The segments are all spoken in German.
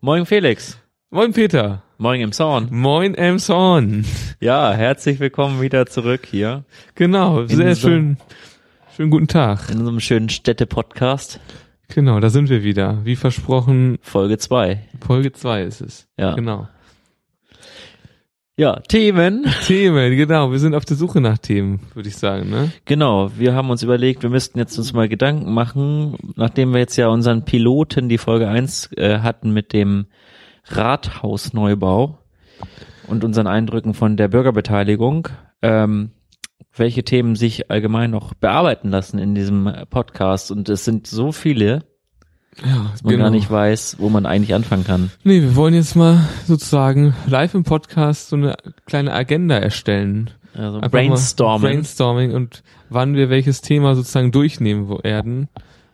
Moin Felix. Moin Peter. Moin im Zorn. Moin Emson. Ja, herzlich willkommen wieder zurück hier Genau, sehr so- schön. Schönen guten Tag. in unserem schönen Städte-Podcast, Genau, da sind wir wieder. Wie versprochen, Folge 2. Folge 2 ist es. Ja. Genau. Ja, Themen. Themen, genau. Wir sind auf der Suche nach Themen, würde ich sagen, ne? Genau, wir haben uns überlegt, wir müssten jetzt uns mal Gedanken machen, nachdem wir jetzt ja unseren Piloten die Folge 1 äh, hatten mit dem Rathausneubau und unseren Eindrücken von der Bürgerbeteiligung, ähm, welche Themen sich allgemein noch bearbeiten lassen in diesem Podcast. Und es sind so viele, Ja, dass man gar nicht weiß, wo man eigentlich anfangen kann. Genau. Nee, wir wollen jetzt mal sozusagen live im Podcast so eine kleine Agenda erstellen. Also Einfach mal Brainstorming. Brainstorming und wann wir welches Thema sozusagen durchnehmen wo- werden.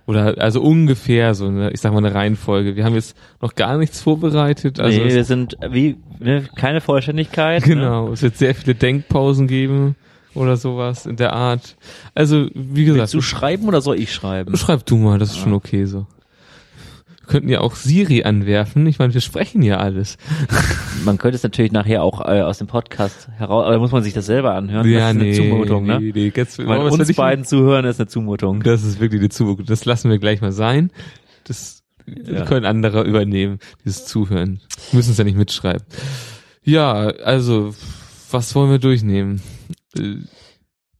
Oder also ungefähr so, eine, ich sag mal eine Reihenfolge. Wir haben jetzt noch gar nichts vorbereitet. Also nee, wir es, sind wie ne, keine Vollständigkeit. Ne? genau, es wird sehr viele Denkpausen geben oder sowas in der Art. Also wie gesagt, Willst du schreiben oder soll ich schreiben? schreib du mal, das ist schon okay so. Wir könnten ja auch Siri anwerfen. Ich meine, wir sprechen ja alles. Man könnte es natürlich nachher auch äh, aus dem Podcast heraus, aber da muss man sich das selber anhören. das ist eine Zumutung, ne? nee, nee. Jetzt, Weil was will uns ich- beiden zuhören ist eine Zumutung. Das ist wirklich die Zumutung. Das lassen wir gleich mal sein. Das Ja. können andere übernehmen, dieses Zuhören. Wir müssen es ja nicht mitschreiben. Ja, also, was wollen wir durchnehmen? Äh,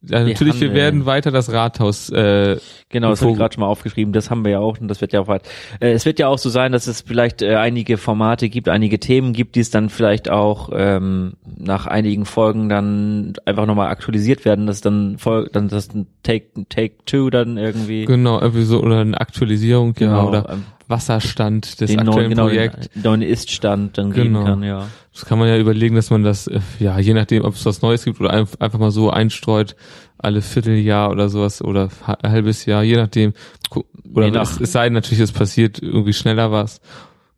Ja, Wir natürlich, wir handeln. werden weiter das Rathaus. Äh, Genau, das habe ich Vogel. gerade schon mal aufgeschrieben. Das haben wir ja auch und das wird ja auch weit. Äh, es wird ja auch so sein, dass es vielleicht äh, einige Formate gibt, einige Themen gibt, die es dann vielleicht auch ähm, nach einigen Folgen dann einfach nochmal aktualisiert werden, dass dann Fol dann das ein Take Take Two dann irgendwie genau, irgendwie so, oder eine Aktualisierung, genau, oder ähm, Wasserstand des den neuen, aktuellen genau, Projekts. den neuen Ist-Stand dann Genau. geben kann, ja. Das kann man ja überlegen, dass man das, äh, ja, je nachdem, ob es was Neues gibt oder einf- einfach mal so einstreut, alle Vierteljahr oder sowas oder ha- halbes Jahr, je nachdem. Gu- Oder Je nach- es, es sei denn natürlich, es passiert irgendwie schneller was.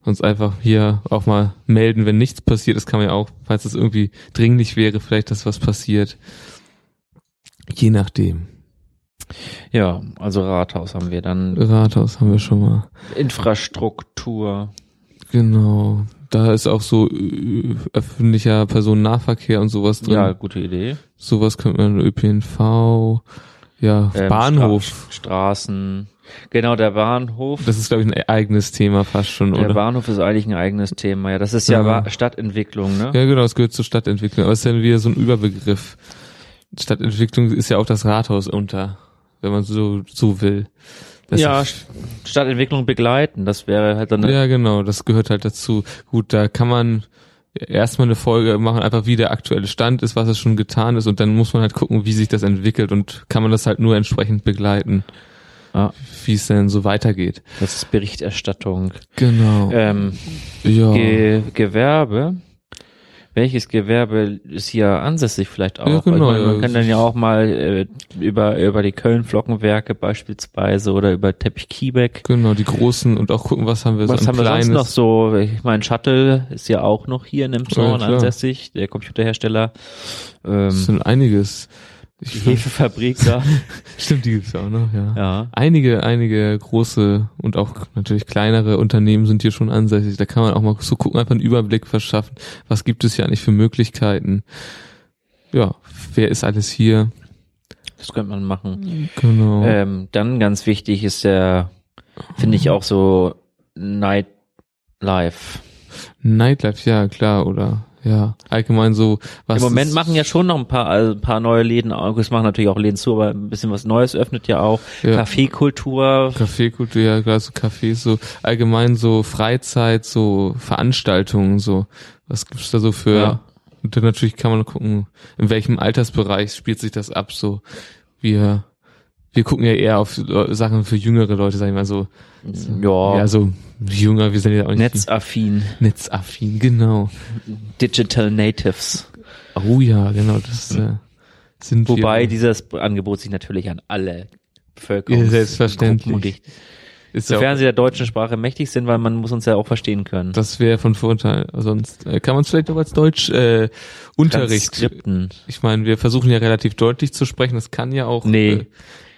Uns einfach hier auch mal melden, wenn nichts passiert. Das kann man ja auch, falls es irgendwie dringlich wäre, vielleicht, dass was passiert. Je nachdem. Ja, also Rathaus haben wir dann. Rathaus haben wir schon mal. Infrastruktur. Genau. Da ist auch so äh, öffentlicher Personennahverkehr und sowas drin. Ja, gute Idee. Sowas könnte man ÖPNV, ja, Ähm, Bahnhof. Stra Straßen. Genau, der Bahnhof. Das ist, glaube ich, ein eigenes Thema fast schon, der oder? Bahnhof ist eigentlich ein eigenes Thema. Ja, das ist ja, Ja. Wa- Stadtentwicklung, ne? ja, genau, es gehört zur Stadtentwicklung, aber es ist ja wieder so ein Überbegriff. Stadtentwicklung ist ja auch das Rathaus unter, wenn man so, so will. Das Ja, Stadtentwicklung begleiten, das wäre halt dann ja, genau, das gehört halt dazu. Gut, da kann man erstmal eine Folge machen, einfach wie der aktuelle Stand ist, was es schon getan ist und dann muss man halt gucken, wie sich das entwickelt und kann man das halt nur entsprechend begleiten, ah, wie es denn so weitergeht. das ist Berichterstattung. Genau. Ähm, ja. Ge Gewerbe. Welches Gewerbe ist hier ansässig vielleicht auch? Ja, Weil genau, ich meine, man ja, kann das dann ja ist- auch mal äh, über, über die Köln-Flockenwerke beispielsweise oder über Teppich Kiebeck. Genau, die großen und auch gucken, was haben wir Was so ein haben wir kleines. sonst noch so? Ich meine, Shuttle ist ja auch noch hier in dem Zorn klar. ansässig, der Computerhersteller. Das Ähm, sind einiges. die Ich Hefefabrik da. stimmt, die gibt's auch noch, ja. ja. Einige, einige große und auch natürlich kleinere Unternehmen sind hier schon ansässig. Da kann man auch mal so gucken, einfach einen Überblick verschaffen. Was gibt es hier eigentlich für Möglichkeiten? Ja, wer ist alles hier? Das könnte man machen. Genau. Ähm, dann ganz wichtig ist der, finde ich auch so Nightlife. Nightlife, ja, klar, oder? Ja, allgemein so, was. Im Moment ist- machen ja schon noch ein paar, also ein paar neue Läden auf. Es machen natürlich auch Läden zu, aber ein bisschen was Neues öffnet ja auch. ja. Kaffeekultur. Kaffeekultur, ja, gerade so Cafés, so allgemein so Freizeit, so Veranstaltungen, so. Was gibt's da so für? Ja. Und dann natürlich kann man gucken, in welchem Altersbereich spielt sich das ab, so. Wir, wir gucken ja eher auf Le- Sachen für jüngere Leute, sag ich mal so. Ja, Ja, so jünger, wir sind ja auch nicht netzaffin. netzaffin, genau. Digital Natives. Oh ja, genau, das äh, sind Wobei wir. dieses Angebot sich natürlich an alle Ja, Bevölkerung selbstverständlich. richtet. ist ja auch- Sofern sie der deutschen Sprache mächtig sind, weil man muss uns ja auch verstehen können. das wäre von Vorteil. Sonst äh, kann man es vielleicht auch als Deutsch äh, Unterricht Transkripten. Ich meine, wir versuchen ja relativ deutlich zu sprechen. Das kann ja auch. Nee. Äh,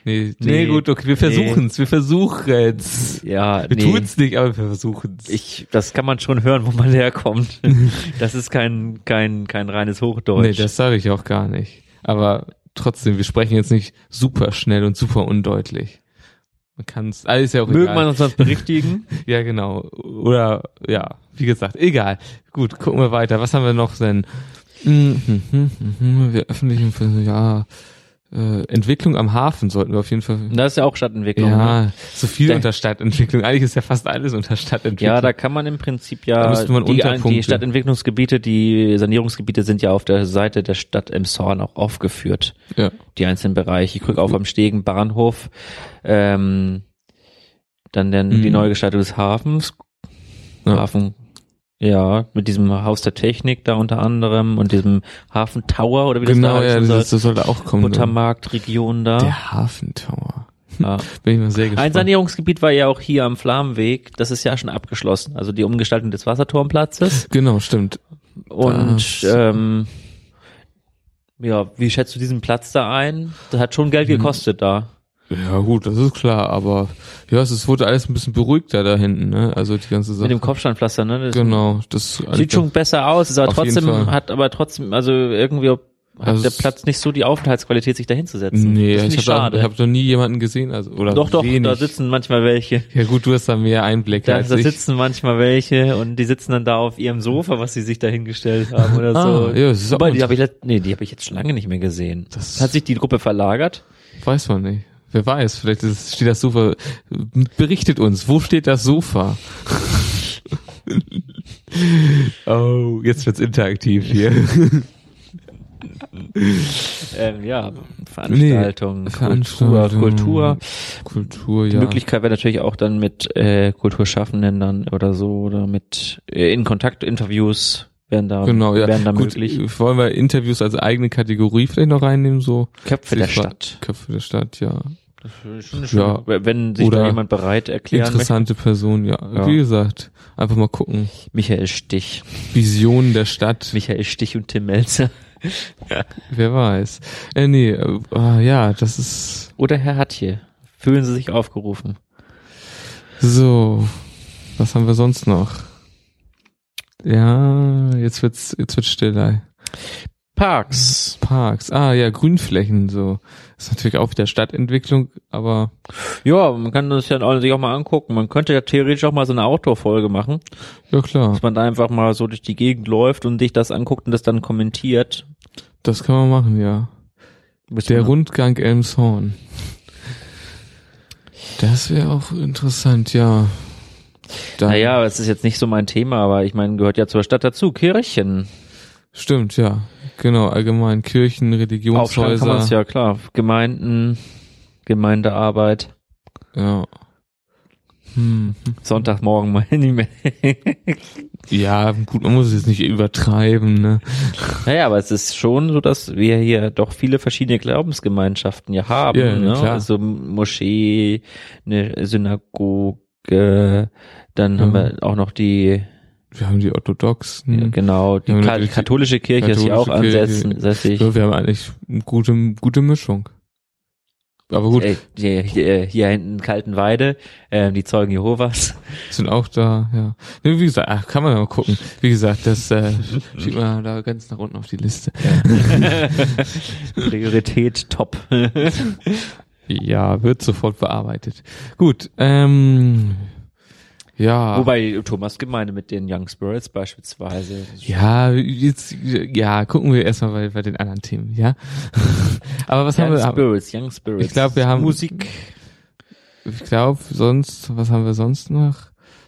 Nee, nee, Nee. gut, okay, wir versuchen's, wir versuchen's. Ja, Wir nee. tun's nicht, aber wir versuchen's. Ich, das kann man schon hören, wo man herkommt. Das ist kein, kein, kein reines Hochdeutsch. Nee, das sage ich auch gar nicht. Aber trotzdem, wir sprechen jetzt nicht super schnell und super undeutlich. Man kann's, alles ist ja auch Möge egal. man uns sonst berichtigen? Ja, genau. Oder, ja, wie gesagt, egal. Gut, gucken wir weiter. Was haben wir noch denn? Mhm, mhm, mhm, Wir öffentlichen, ja, äh, Entwicklung am Hafen sollten wir auf jeden Fall. Das ist ja auch Stadtentwicklung. ne? Ja, so viel Da- unter Stadtentwicklung. Eigentlich ist ja fast alles unter Stadtentwicklung. ja, da kann man im Prinzip ja, Da müsste man die, Unterpunkte- die Stadtentwicklungsgebiete, die Sanierungsgebiete sind ja auf der Seite der Stadt Emshorn auch aufgeführt. ja. die einzelnen Bereiche. Ich gucke Mhm. auf am Stegen, Bahnhof, ähm, dann der, die Mhm. Neugestaltung des Hafens, Ja. Hafen, ja, mit diesem Haus der Technik da unter anderem und diesem Hafentower oder wie Genau, das da ja, heißt, das, das sollte auch kommen. ne? Buttermarktregion da. Der Hafentower. Ja. Bin ich mal sehr Ein gespannt. Sanierungsgebiet war ja auch hier am Flammenweg, das ist ja schon abgeschlossen, also die Umgestaltung des Wasserturmplatzes genau, stimmt. und Das- ähm, ja, wie schätzt du diesen Platz da ein? Das hat schon Hm. Geld gekostet da. Ja gut, das ist klar, aber ja, es ist- wurde alles ein bisschen beruhigter da hinten, ne? Also die ganze Sache. Mit dem Kopfsteinpflaster, ne? Das Genau, das Sieht schon besser aus, ist aber Auf jeden trotzdem, Fall. hat aber trotzdem, also irgendwie ob- hat Also der es- Platz nicht so die Aufenthaltsqualität, sich dahinzusetzen. Nee, das ist ich nicht habe hab schade. da- hab noch nie jemanden gesehen, also oder doch, doch, wenig. da sitzen manchmal welche. Ja gut, du hast da mehr Einblicke Da, als da ich. sitzen manchmal welche und die sitzen dann da auf ihrem Sofa, was sie sich dahingestellt haben oder Ah, so. ja, das ist auch Aber die mal- habe ich, let- nee, die habe ich jetzt schon lange nicht mehr gesehen. Das- hat sich die Gruppe verlagert? Weiß man nicht. Wer weiß, vielleicht ist, steht das Sofa. Berichtet uns, wo steht das Sofa? oh, jetzt wird's interaktiv hier. Ähm, ja, Also, Veranstaltungen, Veranstaltungen. Kultur, Kultur. Kultur, Die ja. Möglichkeit wäre natürlich auch dann mit äh, Kulturschaffenden dann oder so oder mit äh, in Kontakt Interviews werden da Genau, ja. werden da Gut, möglich Wollen wir Interviews als eigene Kategorie vielleicht noch reinnehmen, so? Köpfe der Ich war- Stadt. Köpfe der Stadt, ja. Ja. Wenn sich Oder da jemand bereit erklären möchte. Interessante Person, ja. ne- Ja. Wie gesagt, einfach mal gucken. Michael Stich, Visionen der Stadt. Michael Stich und Tim Melzer Wer weiß. Äh, nee, äh, ah, ja, das ist oder Herr Hatje. Fühlen Sie sich aufgerufen? so. Was haben wir sonst noch? Ja, jetzt wird's, jetzt wird's stiller. Parks. Parks. Ah, ja, Grünflächen, so. Ist natürlich auch wieder Stadtentwicklung, aber Ja, man kann das ja auch- sich auch mal angucken. Man könnte ja theoretisch auch mal so eine Outdoor-Folge machen, ja klar. dass man da einfach mal so durch die Gegend läuft und sich das anguckt und das dann kommentiert. Das kann man machen, ja. Müsste Der man- Rundgang Elmshorn. Das wäre auch interessant, ja. Dann- Naja, es ist jetzt nicht so mein Thema, aber ich meine, gehört ja zur Stadt dazu. Kirchen. Stimmt, ja. Genau, allgemein Aufschreiben Kirchen, kann man es Religionshäuser. ja, klar. Gemeinden, Gemeindearbeit. Ja. Hm. Sonntagmorgen mal nicht mehr. ja, gut, man muss es jetzt nicht übertreiben, ne? Naja, aber es ist schon so, dass wir hier doch viele verschiedene Glaubensgemeinschaften ja haben. Ja, ne? klar. Also Moschee, eine Synagoge, dann Ja. haben wir auch noch die, Wir haben die Orthodoxen. ja, genau, die Mhm. Ja, Ka- natürlich die katholische Kirche ist ja auch katholische Kirche. ansässig. Ja, wir haben eigentlich eine gute, gute Mischung. Aber gut, Äh, hier, hier, hier hinten Kaltenweide, äh, die Zeugen Jehovas. sind auch da, ja. Ne, Wie gesagt, ach, kann man ja mal gucken. Wie gesagt, das äh, steht mal da ganz nach unten auf die Liste. Priorität top. Ja, wird sofort bearbeitet. Gut, ähm, ja. Wobei Thomas Gemeinde mit den Young Spirits beispielsweise. ja, jetzt, ja, gucken wir erstmal bei, bei den anderen Themen, ja. Aber was haben Young wir? ab- Spirits, Young Spirits. Ich glaube, wir haben- Musik. Ich glaube, sonst, was haben wir sonst noch?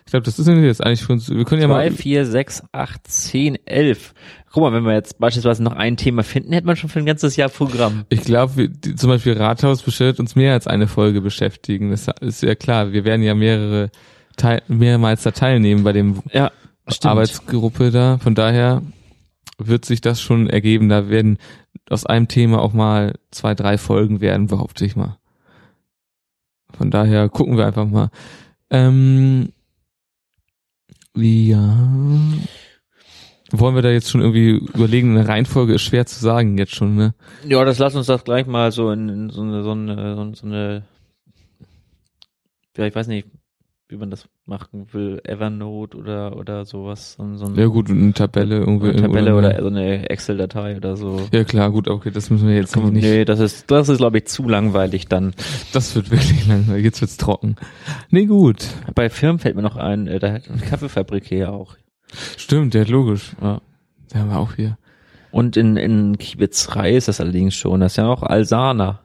Ich glaube, das ist nämlich jetzt eigentlich für uns. Wir können ja mal. 2, 4, 6, 8, 10, 11. Guck mal, wenn wir jetzt beispielsweise noch ein Thema finden, hätte man schon für ein ganzes Jahr Programm. Ich glaube, zum Beispiel Rathaus beschäftigt uns mehr als eine Folge beschäftigen. Das ist ja klar. Wir werden ja mehrere Teil, mehrmals da teilnehmen bei dem Ja, Arbeitsgruppe da. Von daher wird sich das schon ergeben. Da werden aus einem Thema auch mal zwei, drei Folgen werden, behaupte ich mal. Von daher gucken wir einfach mal. Ähm, ja. Wollen wir da jetzt schon irgendwie überlegen? Eine Reihenfolge ist schwer zu sagen jetzt schon, ne? Ja, das lass uns das gleich mal so in, in so eine, so eine, so eine, so eine ja, ich weiß nicht, wie man das machen will, Evernote oder, oder sowas. So, so ein, Ja gut, eine Tabelle irgendwie. eine Tabelle oder- oder so eine Excel-Datei oder so. Ja klar, gut, okay, das müssen wir jetzt noch nicht. Nee, das ist, das ist, glaube ich, zu langweilig dann. Das wird wirklich lang. Jetzt wird's trocken. Nee, gut. Bei Firmen fällt mir noch ein, äh, da hat eine Kaffeefabrik hier auch. Stimmt, ja, logisch. Ja. Da haben wir auch hier. Und in, in Kibitzrei ist das allerdings schon. Das ist ja auch Alsana,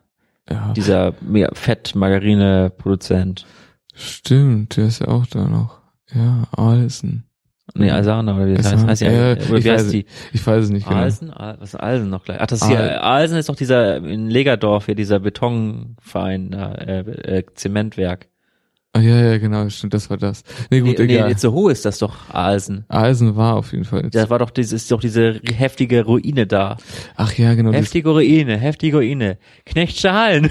Ja. dieser mega Fett-Margarine-Produzent. Stimmt, der ist ja auch da noch. Ja, Alsen. Nee, Alsana, oder wie das heißt. Alsana, heißt ja, ja, oder ich wie weiß heißt die? Ich weiß es nicht genau. Alsen? Al was ist Alsen noch gleich? Ach, das hier, äh, Al- Alsen ist doch dieser, in Legerdorf hier, dieser Betonverein, da, äh, äh, Zementwerk. Ah, ja, ja, genau, stimmt, das war das. Nee, gut, nee, egal. nee, so hoch ist das doch Alsen. Alsen war auf jeden Fall. Da war doch dieses, ist doch diese heftige Ruine da. Ach ja, genau. das- Heftige Ruine, heftige Ruine. Knechtsche Hallen.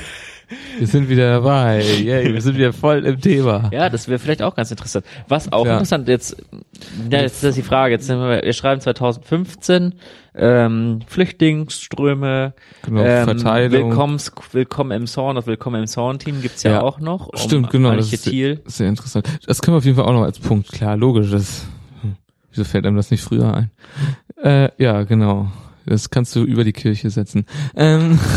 Wir sind wieder dabei. Yay, wir sind wieder voll im Thema. Ja, das wäre vielleicht auch ganz interessant. Was auch Ja. interessant jetzt, ja, jetzt ist die Frage, jetzt sind wir, wir schreiben 2015, ähm, Flüchtlingsströme, Genau, ähm, Verteilung. Willkommens, Willkommen im Zorn, das Willkommen im Zorn-Team gibt's ja, Ja. auch noch. um Stimmt, genau. Das Antje ist sehr, Thiel. sehr interessant. Das können wir auf jeden Fall auch noch als Punkt. Klar, logisch. Das, hm, wieso fällt einem das nicht früher ein? Äh, ja, genau. Das kannst du über die Kirche setzen. Ähm,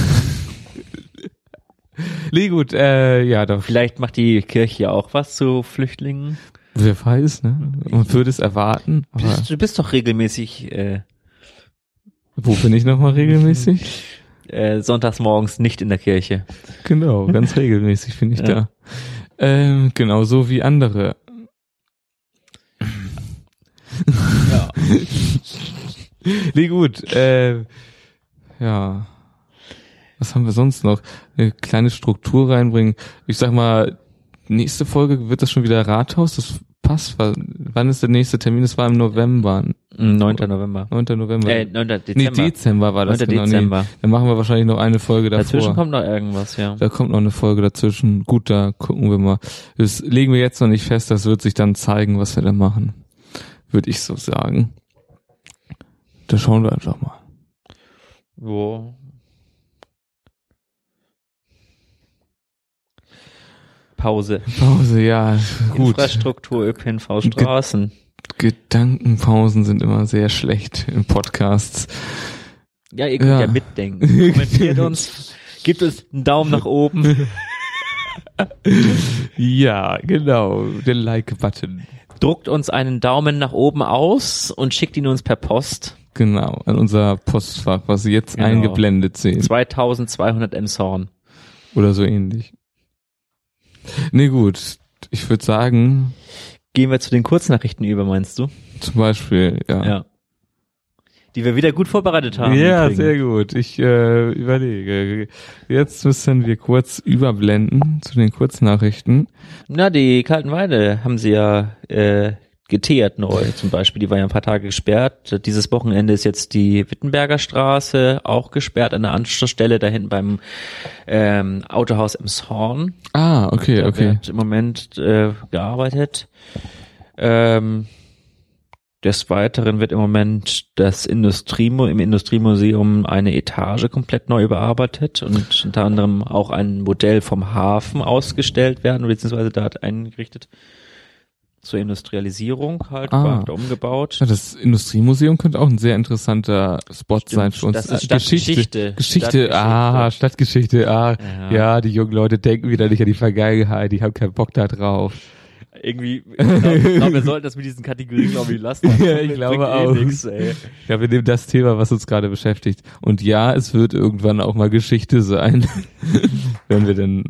nee, gut. Äh, ja, doch. Vielleicht macht die Kirche ja auch was zu Flüchtlingen. Wer weiß, ne? Man würde es erwarten. Du Aber bist, du bist doch regelmäßig äh, wo bin ich nochmal regelmäßig? äh, sonntags morgens nicht in der Kirche. Genau, ganz regelmäßig bin ich Ja. da. Ähm, genau, so wie andere. Ja. Nee, gut. Äh, ja. Was haben wir sonst noch? Eine kleine Struktur reinbringen. Ich sag mal, nächste Folge wird das schon wieder Rathaus. Das passt. wa- Wann ist der nächste Termin? Das war im November, 9. Hm, November. 9. November. Äh, 9. nee, Dezember. Dezember war das 9. genau. Dezember. Nee, dann machen wir wahrscheinlich noch eine Folge davor. Dazwischen kommt noch irgendwas, ja. Da kommt noch eine Folge dazwischen. Gut, da gucken wir mal. Das legen wir jetzt noch nicht fest. Das wird sich dann zeigen, was wir da machen. Würde ich so sagen. Da schauen wir einfach mal. Wo? Pause. Pause, ja, gut. Infrastruktur, ÖPNV, Straßen. Gedankenpausen sind immer sehr schlecht in Podcasts. Ja, ihr könnt ja, Ja. mitdenken. Kommentiert uns. Gebt uns einen Daumen nach oben. Ja, genau. Der Like-Button. Druckt uns einen Daumen nach oben aus und schickt ihn uns per Post. Genau, an unser Postfach, was Sie jetzt Genau. eingeblendet sehen. 2200 M Zorn. Oder so ähnlich. Nee, gut. Ich würde sagen, Gehen wir zu den Kurznachrichten über, meinst du? zum Beispiel, ja. Die wir wieder gut vorbereitet haben. Ja, übrigens. sehr gut. Ich äh, überlege. Jetzt müssen wir kurz überblenden zu den Kurznachrichten. Na, die kalten Weine haben sie ja äh, geteert neu zum Beispiel. Die war ja ein paar Tage gesperrt. Dieses Wochenende ist jetzt die Wittenberger Straße auch gesperrt an der Anschlussstelle da hinten beim ähm, Autohaus im Horn. Ah, okay, Da okay. wird im Moment äh, gearbeitet. Ähm, des Weiteren wird im Moment das Industriemu im Industriemuseum eine Etage komplett neu überarbeitet und unter anderem auch ein Modell vom Hafen ausgestellt werden, beziehungsweise da hat eingerichtet zur Industrialisierung halt, Ah. war da umgebaut. Ja, Das Industriemuseum könnte auch ein sehr interessanter Spot sein für uns. das ist Äh, Geschichte. Stadtgeschichte. Geschichte, ah, Stadtgeschichte, ah. Ja. Ja. die jungen Leute denken wieder nicht an die Vergangenheit, die haben keinen Bock da drauf. Irgendwie, ich glaube, glaub, wir sollten das mit diesen Kategorien, glaube ich, lassen. Ja, ich glaube Bringt eh auch. nix, ey. Ja, wir nehmen das Thema, was uns gerade beschäftigt. Und ja, es wird irgendwann auch mal Geschichte sein, wenn wir dann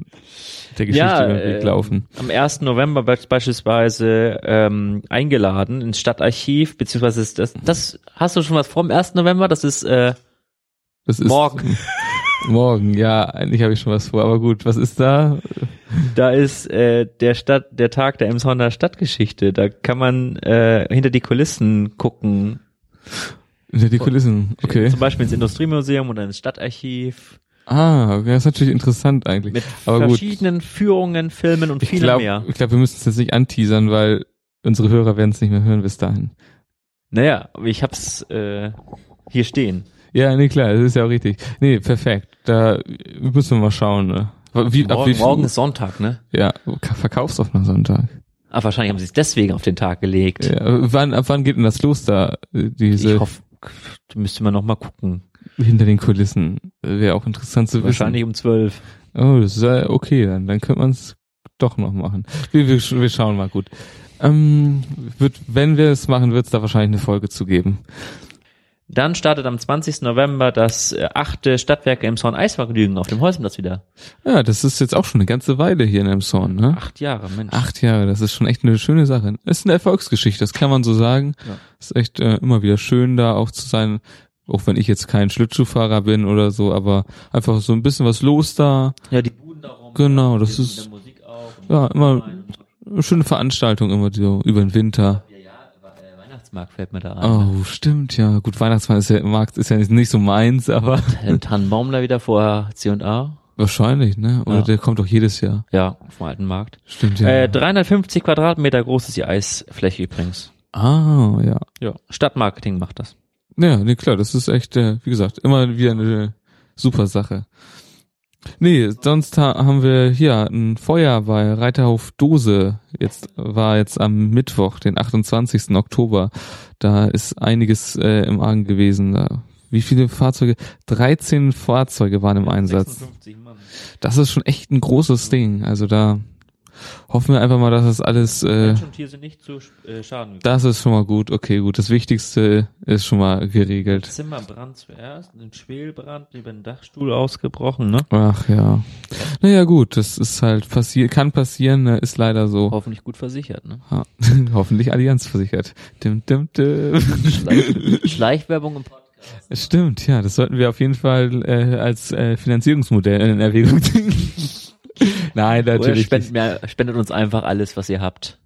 der Geschichte Ja, über den Weg äh, laufen. Am 1. November be- beispielsweise ähm, eingeladen ins Stadtarchiv, beziehungsweise ist das, das hast du schon was vom 1. November? Das ist äh, Das ist morgen. Morgen, ja, eigentlich habe ich schon was vor, aber gut, was ist da? Da ist äh, der Stadt, der Tag der Emshorner Stadtgeschichte. Da kann man äh, hinter die Kulissen gucken. Hinter die Kulissen, okay. Zum Beispiel ins Industriemuseum oder ins Stadtarchiv. Ah, okay, das ist natürlich interessant eigentlich. Mit aber gut, ich verschiedenen Führungen, Filmen und vielem glaube, mehr. glaub, wir müssen es jetzt nicht anteasern, weil unsere Hörer werden es nicht mehr hören bis dahin. Naja, ich hab's äh, hier stehen. Ja, nee, klar, das ist ja auch richtig. Nee, perfekt. Da müssen wir mal schauen. Ne? Wie, ab wie Morgen, viel morgen Uhr- ist Sonntag, ne? Ja, Verkaufsoffener Sonntag. Ah, wahrscheinlich haben sie es deswegen auf den Tag gelegt. Ja, wann, ab wann geht denn das los da? äh, Diese ich hoffe, müsste man noch mal gucken. hinter den Kulissen. Äh, Wäre auch interessant zu Wahrscheinlich um zwölf. wissen. Oh, das ist ja okay, dann, dann könnte man es doch noch machen. Wir, wir, sch- wir schauen mal gut. Ähm, wird, wenn wir es machen, wird es da wahrscheinlich eine Folge zu geben. Dann startet am 20. November das äh, achte Stadtwerk im Zorn Eisvergnügen auf dem Holzenplatz wieder. Ja, das ist jetzt auch schon eine ganze Weile hier in Emshorn, ne? Acht Jahre, Mensch. Acht Jahre, das ist schon echt eine schöne Sache. Ist eine Erfolgsgeschichte, das kann man so sagen. Ja. Ist echt äh, immer wieder schön, da auch zu sein. Auch wenn ich jetzt kein Schlittschuhfahrer bin oder so, aber einfach so ein bisschen was los da. Ja, die Buden darum. Genau, das ist Musik auch. ja immer eine schöne Veranstaltung immer so über den Winter. Weihnachtsmarkt fällt mir da ein. Oh, stimmt ja. Gut, Weihnachtsmann ist ja Markt ist ja nicht, nicht so meins, aber Dann Tannenbaumler wieder vorher C&A. wahrscheinlich, ne? Oder Ja. der kommt auch jedes Jahr. Ja, auf dem alten Markt. Stimmt ja. Äh, 350 Quadratmeter groß ist die Eisfläche übrigens. ah, ja. Ja. Stadtmarketing macht das. Ja, nee, klar, das ist echt, äh, wie gesagt, immer wieder eine super Sache. Nee, sonst ha haben wir hier ein Feuer bei Reiterhof Dose. Jetzt war jetzt am Mittwoch, den 28. Oktober. Da ist einiges äh, im Argen gewesen. Da. Wie viele Fahrzeuge? 13 Fahrzeuge waren im Einsatz. Das ist schon echt ein großes Ding. Also da hoffen wir einfach mal, dass das alles äh, Mensch und Tier sind nicht zu äh, Schaden gekommen. das ist schon mal gut. Okay, gut. Das Wichtigste ist schon mal geregelt. Zimmerbrand zuerst, ein Schwelbrand über den Dachstuhl ausgebrochen, ne? Ach ja. Naja gut, das ist halt passiert, kann passieren, ne, ist leider so. Hoffentlich gut versichert, ne? Ha. Hoffentlich Allianz versichert. Dim, dim, dim. Schleich Schleichwerbung im Podcast. Stimmt, ja, das sollten wir auf jeden Fall äh, als äh, Finanzierungsmodell in Erwägung ziehen. Nein, Oder natürlich. spendet, Nicht. mir, spendet uns einfach alles, was ihr habt.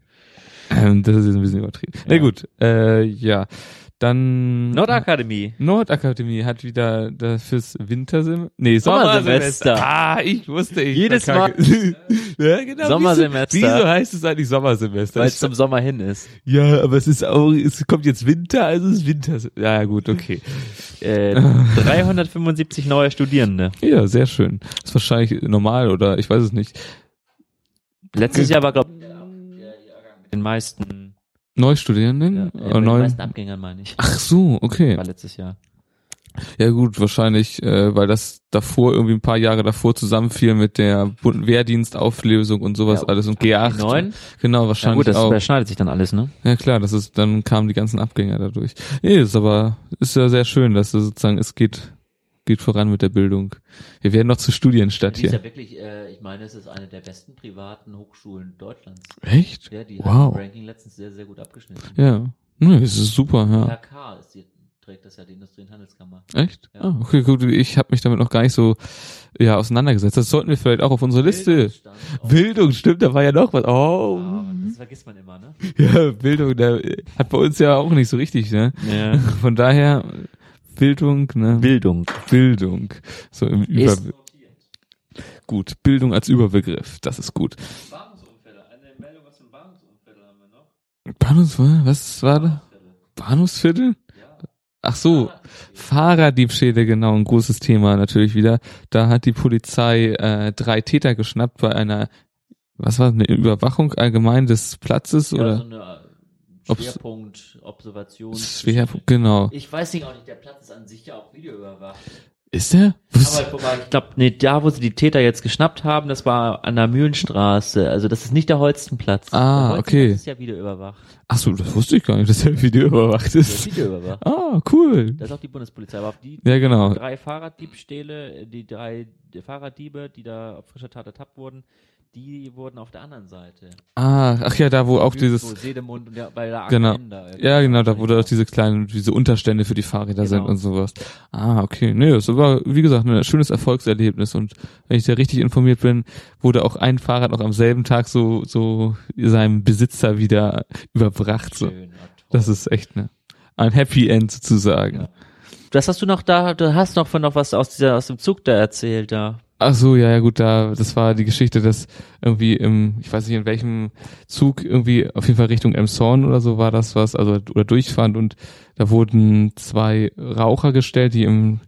Ähm, das ist jetzt ein bisschen übertrieben. Na Ja. gut, äh, ja. Dann Nordakademie. Nordakademie hat wieder das fürs Wintersemester. Nee, Sommersemester. Sommersemester. Ah, ich wusste ich. Jedes verkacke. ja, genau. Sommersemester. Wieso, wieso heißt es eigentlich Sommersemester? Weil Ich- es zum Sommer hin ist. ja, aber es ist auch, es kommt jetzt Winter, also es ist Winter. Ja, gut, okay. Äh, 375 neue Studierende. Ja, sehr schön. ist wahrscheinlich normal oder ich weiß es nicht. Letztes Jahr war, glaube ich, mit den meisten, Neustudierenden? äh, Äh, mit den neu- meisten Abgängern, meine ich. Ach so, okay. War letztes Jahr. Ja gut, wahrscheinlich, äh, weil das davor irgendwie ein paar Jahre davor zusammenfiel mit der Bund- Wehrdienstauflösung und sowas Ja, alles und G8. Neun? Genau, Na wahrscheinlich gut, das auch. überschneidet sich dann alles, ne? Ja klar, das ist, dann kamen die ganzen Abgänger dadurch. Nee, ist aber, ist ja sehr schön, dass es sozusagen, es geht, geht voran mit der Bildung. Wir werden noch zur Studienstadt Die ist hier. ja wirklich, äh, ich meine, es ist eine der besten privaten Hochschulen Deutschlands. Echt? Ja, die hat Wow. im Ranking letztens sehr, sehr gut abgeschnitten. Ja. Nee, das ist super, ja. IHK ist die, trägt das ja die Industrie- und Handelskammer. Echt? Ja. Ah, okay, gut, ich habe mich damit noch gar nicht so ja, auseinandergesetzt. Das sollten wir vielleicht auch auf unsere Liste. Bildungsstand auf- Bildung, stimmt, da war ja noch was. Oh, Ah, das vergisst man immer, ne? ja, Bildung, da äh, hat bei uns ja auch nicht so richtig, ne? Ja. Von daher, Bildung, ne? Bildung. Bildung. So im Über Ist gut. Bildung als Überbegriff, das ist gut. Bahnhofsunfälle. Eine Meldung aus dem Bahnhofsunfälle haben wir noch. Bahnhofs, was war da? Bahnhofsviertel? Ach so, Fahrerdiebstähle, genau, ein großes Thema natürlich wieder. Da hat die Polizei äh, drei Täter geschnappt bei einer, was war das, eine Überwachung allgemein des Platzes Ja, so oder Also eine Obs- Schwerpunkt, Observation. Schwerpunkt, genau. Ich weiß nicht, auch nicht, der Platz ist an sich ja auch videoüberwacht. Ist der? Aber guck mal, ich glaube, nee, da, wo sie die Täter jetzt geschnappt haben, das war an der Mühlenstraße. Also das ist nicht der Holstenplatz. Ah, der Holstenplatz okay. ist ja videoüberwacht. Ach so, das wusste ich gar nicht, dass der Video überwacht Der ist ist. videoüberwacht. Ah, cool. Da ist auch die Bundespolizei. Aber auf die Ja, genau. drei Fahrraddiebstähle, äh, die drei Fahrraddiebe, die da auf frischer Tat ertappt wurden, die wurden auf der anderen Seite. Ah, ach ja, da wo auch So dieses, Sedemund und der, bei der Genau. Agenda. ja genau, da wo da auch diese kleinen, diese Unterstände für die Fahrräder sind Genau. und sowas. Ah, okay. Nee, das war, wie gesagt, ein schönes Erfolgserlebnis und wenn ich da richtig informiert bin, wurde auch ein Fahrrad noch am selben Tag so, so seinem Besitzer wieder überbracht. So. Schön, ah, toll. Das ist echt ne, ein Happy End sozusagen. Ja. Das hast du noch da, du hast noch von noch was aus dieser, aus dem Zug da erzählt da. Ach so, ja, ja, gut, da, das war die Geschichte, dass irgendwie im, ich weiß nicht in welchem Zug, irgendwie auf jeden Fall Richtung Emshorn oder so war das was, also, oder durchfand und da wurden zwei Raucher gestellt, die im,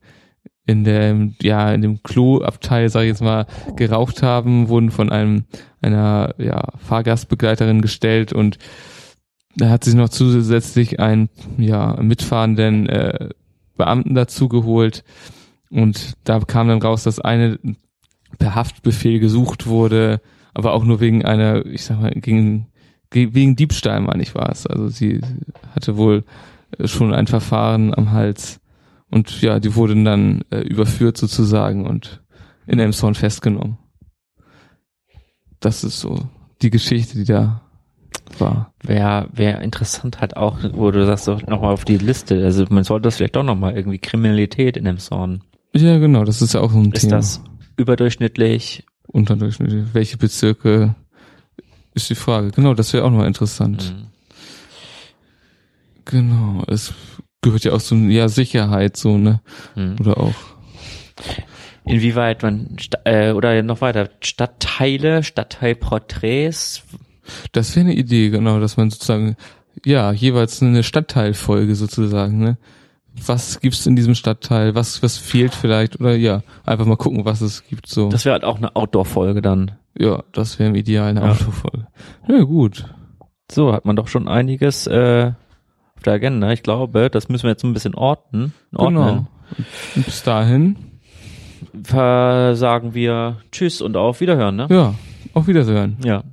in dem, ja, in dem Kloabteil, sag ich jetzt mal, geraucht haben, wurden von einem, einer, ja, Fahrgastbegleiterin gestellt und da hat sich noch zusätzlich einen, ja, mitfahrenden, äh, Beamten dazu geholt, und da kam dann raus, dass eine per Haftbefehl gesucht wurde, aber auch nur wegen einer, ich sag mal, gegen, ge- wegen Diebstahl, meine ich, war es. Also sie hatte wohl äh, schon ein Verfahren am Hals. Und ja, die wurden dann äh, überführt sozusagen und in Elmshorn festgenommen. Das ist so die Geschichte, die da war. Wer, wer interessant hat auch, wo du sagst, nochmal auf die Liste. Also man sollte das vielleicht doch nochmal irgendwie Kriminalität in dem Zorn. Ja, genau, das ist ja auch so ein Ist Thema. das überdurchschnittlich? Unterdurchschnittlich. Welche Bezirke ist die Frage. Genau, das wäre auch noch interessant. Mhm. Genau, es gehört ja auch zum ja Sicherheit so ne Mhm. oder auch Inwieweit man, Sta- äh, oder noch weiter, Stadtteile, Stadtteilporträts, das wäre eine Idee genau, dass man sozusagen ja jeweils eine Stadtteilfolge sozusagen ne was gibt's in diesem Stadtteil was was fehlt vielleicht oder ja einfach mal gucken was es gibt so das wäre halt auch eine Outdoor-Folge dann. ja das wäre im Ideal eine Ja. Autofolge ja gut So, hat man doch schon einiges äh, auf der Agenda. Ich glaube, das müssen wir jetzt ein bisschen orten. genau ordnen. Und bis dahin Genau. Sagen wir Tschüss und auf Wiederhören, ne? ja auf Wiedersehen ja.